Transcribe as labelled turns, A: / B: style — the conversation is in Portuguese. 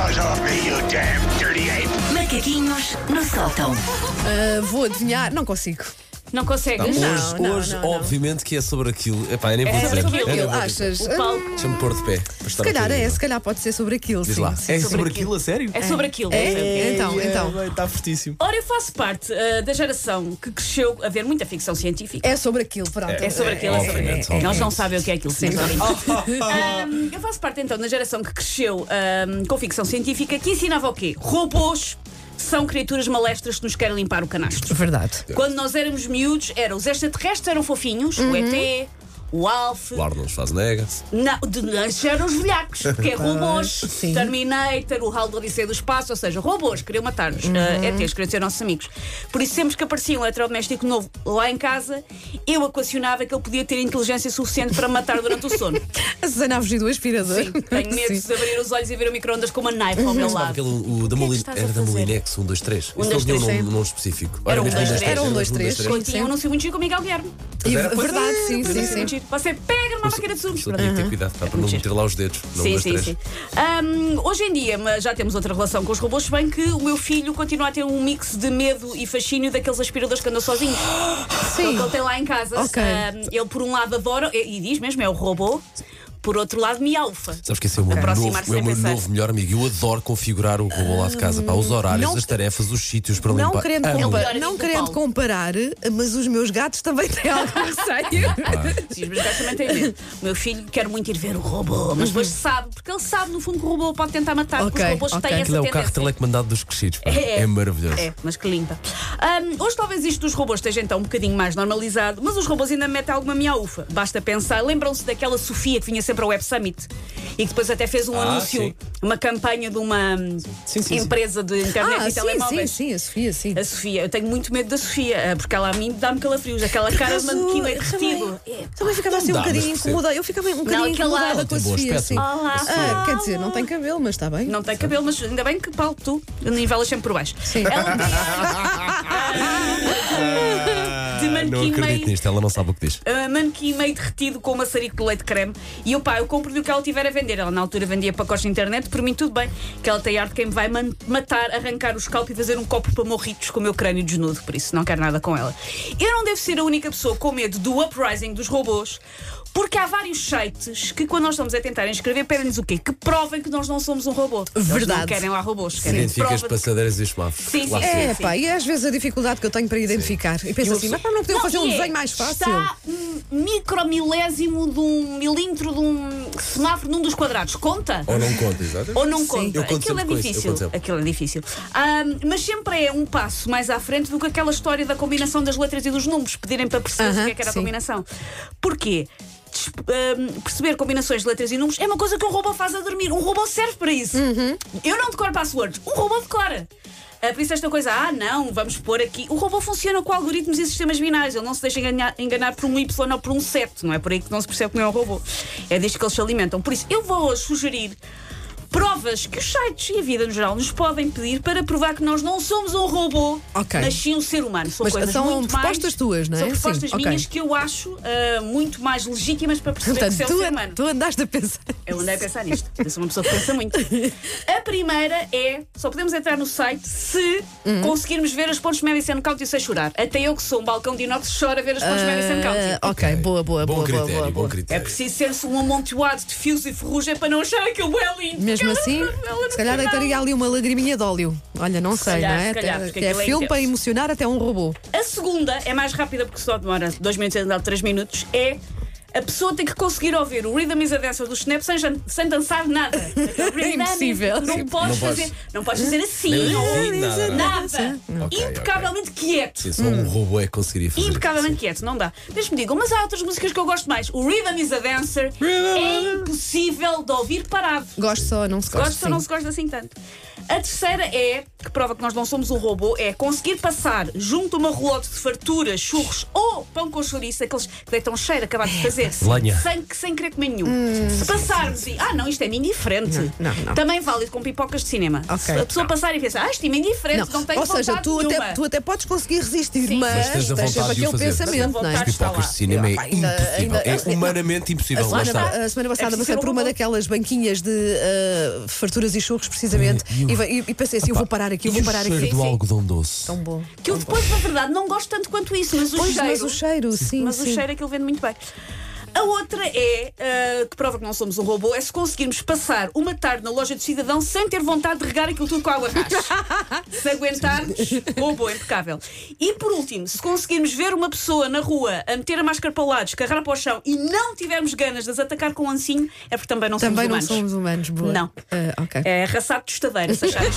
A: you damn dirty ape!
B: Macaquinhos no sótão.
C: Ah, vou adivinhar, não consigo.
D: Não consegues?
C: Não,
E: Tá hoje,
C: não,
E: hoje
C: não, não.
E: obviamente, que é sobre aquilo. Epá, eu nem vou
D: É
E: dizer.
D: sobre
E: Eu nem
D: aquilo,
E: vou dizer.
C: achas?
D: O Paulo
E: Deixa-me pôr de pé. para estar
C: Se calhar
E: aqui.
C: é, se calhar pode ser sobre aquilo.
E: Diz
C: sim,
E: lá.
C: sim.
E: é
D: sobre
E: sobre, aquilo, a sério?
D: é sobre aquilo.
C: É?
D: É.
C: Então, então.
E: Está fortíssimo.
D: Ora, eu faço parte ah, da geração que cresceu a ver muita ficção científica.
C: É sobre aquilo, pronto.
D: É sobre aquilo. é sobre
E: obviamente,
D: aquilo. Nós
E: obviamente. Oh,
D: não sabemos o que é aquilo.
C: Sim.
D: mas olhem. Ahm, eu faço parte então da geração que cresceu ahm, com ficção científica que ensinava o quê? Robôs são criaturas malestras que nos querem limpar o canastro.
C: Verdade.
D: Quando nós éramos miúdos, eram os extraterrestres eram fofinhos, o ET,
E: Uhum.
D: o Alf,
E: O Arnold Schwarzenegger.
D: Não, de lanche eram os velhacos, porque é robôs,
C: Ah, sim.
D: Terminator, o Hal do Odisseia do Espaço, ou seja, robôs, queriam matar-nos,
C: Uhum.
D: eh, ETs, queriam ser nossos amigos. Por isso, sempre que aparecia um eletrodoméstico novo lá em casa, eu equacionava que ele podia ter inteligência suficiente para matar durante o sono.
C: A Susana a fugir do aspirador.
D: Sim, tenho medo
C: Sim. Uhum.
D: de abrir os olhos e ver o micro-ondas com uma knife ao meu lado.
E: Aquele, o da
D: que é que
E: Molin...
D: estás a
E: Era da
D: fazer?
E: Molinex, 1, 2, 3.
D: Um, dois,
E: Isso não
D: três,
E: tinha um
C: sim.
E: nome específico.
D: Era um,
E: mesmo
D: dois, três.
C: Era um, dois, três.
E: três.
C: Sim,
D: Tinha um anúncio muito chico comigo ao Guilherme.
C: E
E: Pois é, pois
C: verdade,
E: é,
C: sim,
E: pois
C: sim,
E: é.
C: sim.
D: Anúncio muito giro. Você pega numa máquina de
E: A
D: sumos.
E: pessoa tinha que ter cuidado pá, para não
D: Uhum.
E: meter lá os dedos. Não um,
D: Sim,
E: dois,
D: sim,
E: três.
D: sim. Ahm, hoje em dia mas já temos outra relação com os robôs, se bem que o meu filho continua a ter um mix de medo e fascínio daqueles aspiradores que andam sozinhos. É o que ele tem lá em casa.
C: Ok.
D: Ahm, ele, por um lado, adora, e e diz mesmo, é o robô, por outro lado, me alfa.
E: Sabes que esse é o meu,
D: Aproximar-se
E: novo, é o
D: sem
E: meu
D: pensar.
E: novo melhor amigo. Eu adoro configurar o robô lá de casa. Pá, os horários,
C: não-
E: as tarefas, os sítios para
C: Não
E: limpar.
C: querendo,
E: Amo.
C: compa-
D: melhor amigo
C: não
D: do
C: querendo
D: Paulo.
C: comparar, mas os meus gatos também têm algum receio.
E: é
D: Diz, mas o gajo também tem medo. O meu filho quer muito ir ver o robô,
E: Uhum.
D: mas depois sabe, porque ele sabe, no fundo, que o robô pode tentar matar, porque
C: Ok,
D: os robôs
C: ok.
D: têm essa
E: Aquilo é o carro
D: tendência.
E: telecomandado dos crescidos. pá.
D: É.
E: É maravilhoso.
D: É, mas que linda. Ahm, hoje talvez isto dos robôs esteja então um bocadinho mais normalizado, mas os robôs ainda metem alguma miaufa. Basta pensar, lembram-se daquela Sofia que vinha sempre ao Web Summit e que depois até fez um
E: Ah,
D: anúncio,
E: sim.
D: uma campanha de uma hum,
E: Sim, sim, sim.
D: empresa de internet
C: Ah, sim,
D: e
C: sim,
D: telemóveis.
C: sim, a Sofia, sim.
D: A Sofia, eu tenho muito medo da Sofia, eh, porque ela a mim dá-me calafrios, aquela cara de
C: Mas,
D: manequim
C: uh,
D: meio derretido.
C: Também, também ficava assim um
E: dá, mas
C: bocadinho
E: percebo.
C: incomodada. Eu ficava um bocadinho
D: aquele
C: incomodada
D: lado.
C: com a
E: Tem bom
C: Sofia,
E: aspecto.
C: sim.
D: Olá,
C: Ah, quer dizer, não
D: Paulo.
C: tem cabelo, mas está bem.
D: Não tem cabelo, mas ainda bem que, Paulo, tu nivelas sempre por baixo.
C: Sim.
D: Ela tem. de
E: Ah, Não
D: manequim
E: acredito
D: meio.
E: nisto, ela não sabe o que diz.
D: uh, manequim meio derretido com maçarico de leite creme. E eu, pá, eu compro-lhe o que ela tiver a vender. Ela na altura vendia pacotes de internet, por mim tudo bem. Que ela tem arte quem me vai man- matar, arrancar o scalp e fazer um copo para morritos com o meu crânio desnudo. Por isso, não quero nada com ela. Eu não devo ser a única pessoa com medo do uprising dos robôs. Porque há vários sites que, quando nós estamos a tentar inscrever, pedem-nos o quê? Que provem que nós não somos um robô. Eles não
C: Verdade.
D: querem lá robôs. Querem
E: Identifica as
D: prova de que
E: passadeiras e os semáforos.
D: Sim,
E: Lá
D: sim,
E: sim.
C: É,
D: sim.
C: pá, e às vezes a dificuldade que eu tenho para identificar. E penso assim, mas pá, não podiam fazer um
D: e é,
C: desenho mais fácil.
D: Está um micromilésimo de um milímetro de um semáforo num dos quadrados. Conta?
E: Ou não conta, exato.
D: Ou não conta?
E: Eu conto
D: Aquilo é
E: sempre com isso, eu
D: difícil.
E: conto sempre.
D: Aquilo é difícil. Ahm, mas sempre é um passo mais à frente do que aquela história da combinação das letras e dos números, pedirem para perceber
C: Aham,
D: o que é que era
C: sim.
D: a combinação. Porquê? Des- ahm, perceber combinações de letras e números é uma coisa que um robô faz a dormir. Um robô serve para isso.
C: Uhum.
D: Eu não decoro passwords, um robô decora. Ah, por isso, esta coisa, ah, não, vamos pôr aqui. O robô funciona com algoritmos e sistemas binários. Ele não se deixa enganar, enganar por um Y ou por um 7. Não é por aí que não se percebe que não é um robô. É desde que eles se alimentam. Por isso, eu vou hoje sugerir provas que os sites e a vida no geral nos podem pedir para provar que nós não somos um robô,
C: Ok.
D: mas sim um ser humano. São
C: Mas
D: coisas
C: são
D: muito
C: propostas
D: mais,
C: tuas, não é?
D: São propostas
C: Sim, ok.
D: minhas que eu acho ah, muito mais legítimas para perceber que
C: Portanto,
D: se é um
C: tu,
D: ser humano.
C: tu andaste a pensar.
D: Eu andei a pensar nisto. Eu sou uma pessoa que pensa muito. A primeira é: só podemos entrar no site se
C: Uhum.
D: conseguirmos ver as pontes médias sendo county sem chorar. Até eu que sou um balcão de inox choro a ver as pontes médias sendo
C: Ah,
D: county.
C: ok, boa, boa,
E: Bom
C: boa,
E: critério,
C: boa, boa,
E: bom
C: boa.
D: É
E: critério.
D: preciso ser-se um amontoado de fios e ferrugem para não achar que eu é lindo.
C: Mesmo
D: Porque
C: assim,
D: ela- ela não
C: se calhar
D: tem nada.
C: deitaria ali uma lagriminha de óleo. Olha, não sei,
D: calhar,
C: não é?
D: se calhar,
C: Até-
D: porque
C: é
D: aquilo é
C: filme para
D: intenso.
C: emocionar até um robô.
D: A segunda é mais rápida porque só demora 2 minutos e andar 3 minutos. É a pessoa tem que conseguir ouvir o Rhythm is a Dancer do Snap sem, jan- sem dançar nada.
C: É impossível.
D: Não
E: Não
D: podes
E: posso.
D: fazer, não podes fazer assim.
E: Nem ouvir nada,
D: Nada.
E: Ok,
D: Impecavelmente quieto.
E: Sim, só um robô é que conseguiria fazer.
D: Impecavelmente quieto, não dá. Deixa-me digam, mas há outras músicas que eu gosto mais. O Rhythm is a Dancer é impossível de ouvir parado.
C: Gosto só, não se gosta.
D: Gosto ou não se gosta assim tanto. A terceira é, que prova que nós não somos um robô, é conseguir
C: É,
D: passar junto a uma rolote de farturas, churros ou pão com chouriço, aqueles que deitam cheiro acabado de fazer, dizer, sem-
E: Lenha.
D: Sem, sem querer comer nenhum. se passarmos e. Ah, não, isto é indiferente.
C: Hum. Não, não, não.
D: Também é válido com pipocas de cinema.
C: Ok.
D: Se a pessoa passar e pensar, ah, isto é indiferente, não, tenho
C: Ou seja,
D: vontade
C: tu
D: nenhuma.
C: até, tu até podes conseguir resistir,
D: Sim.
C: mas
E: Mas tens a
C: tens sempre
E: vontade de o
C: aquele
E: fazer.
C: pensamento, não
D: Sim,
C: é?
D: vontade. está
E: Pipocas
D: lá.
E: de cinema
C: Pá,
E: é
C: ainda-
E: impossível.
C: ainda-
E: É
C: esta-
E: humanamente
C: A
E: impossível. Lá
C: semana,
E: está.
C: a semana
D: É
C: passada
D: preciso
C: passei
D: ser
C: por uma
D: bom.
C: daquelas banquinhas de ah, farturas e churros, precisamente,
E: E o-
C: e, vai- e pensei assim: eu vou parar aqui, eu
E: E
C: vou
E: o
C: parar
E: cheiro
D: Sim,
C: aqui.
E: do
D: sim.
E: algodão doce.
C: Tão bom.
D: Que eu depois, na verdade, não gosto tanto quanto isso, mas o
C: Pois,
D: cheiro.
C: mas o cheiro, sim.
D: mas o
C: sim.
D: cheiro aquilo vende muito bem. A outra é, ah, que prova que não somos um robô, é se conseguirmos passar uma tarde na loja do cidadão sem ter vontade de regar aquilo tudo com água rasa. se aguentarmos, robô impecável. E por último, se conseguirmos ver uma pessoa na rua a meter a máscara para o lado, escarrar para o chão e não tivermos ganas de as atacar com o ancinho, é porque também não
C: Também não somos
D: somos humanos.
C: humanos, boa.
D: Não.
C: Ah, ok.
D: É arrasar de tostadeira, se achares.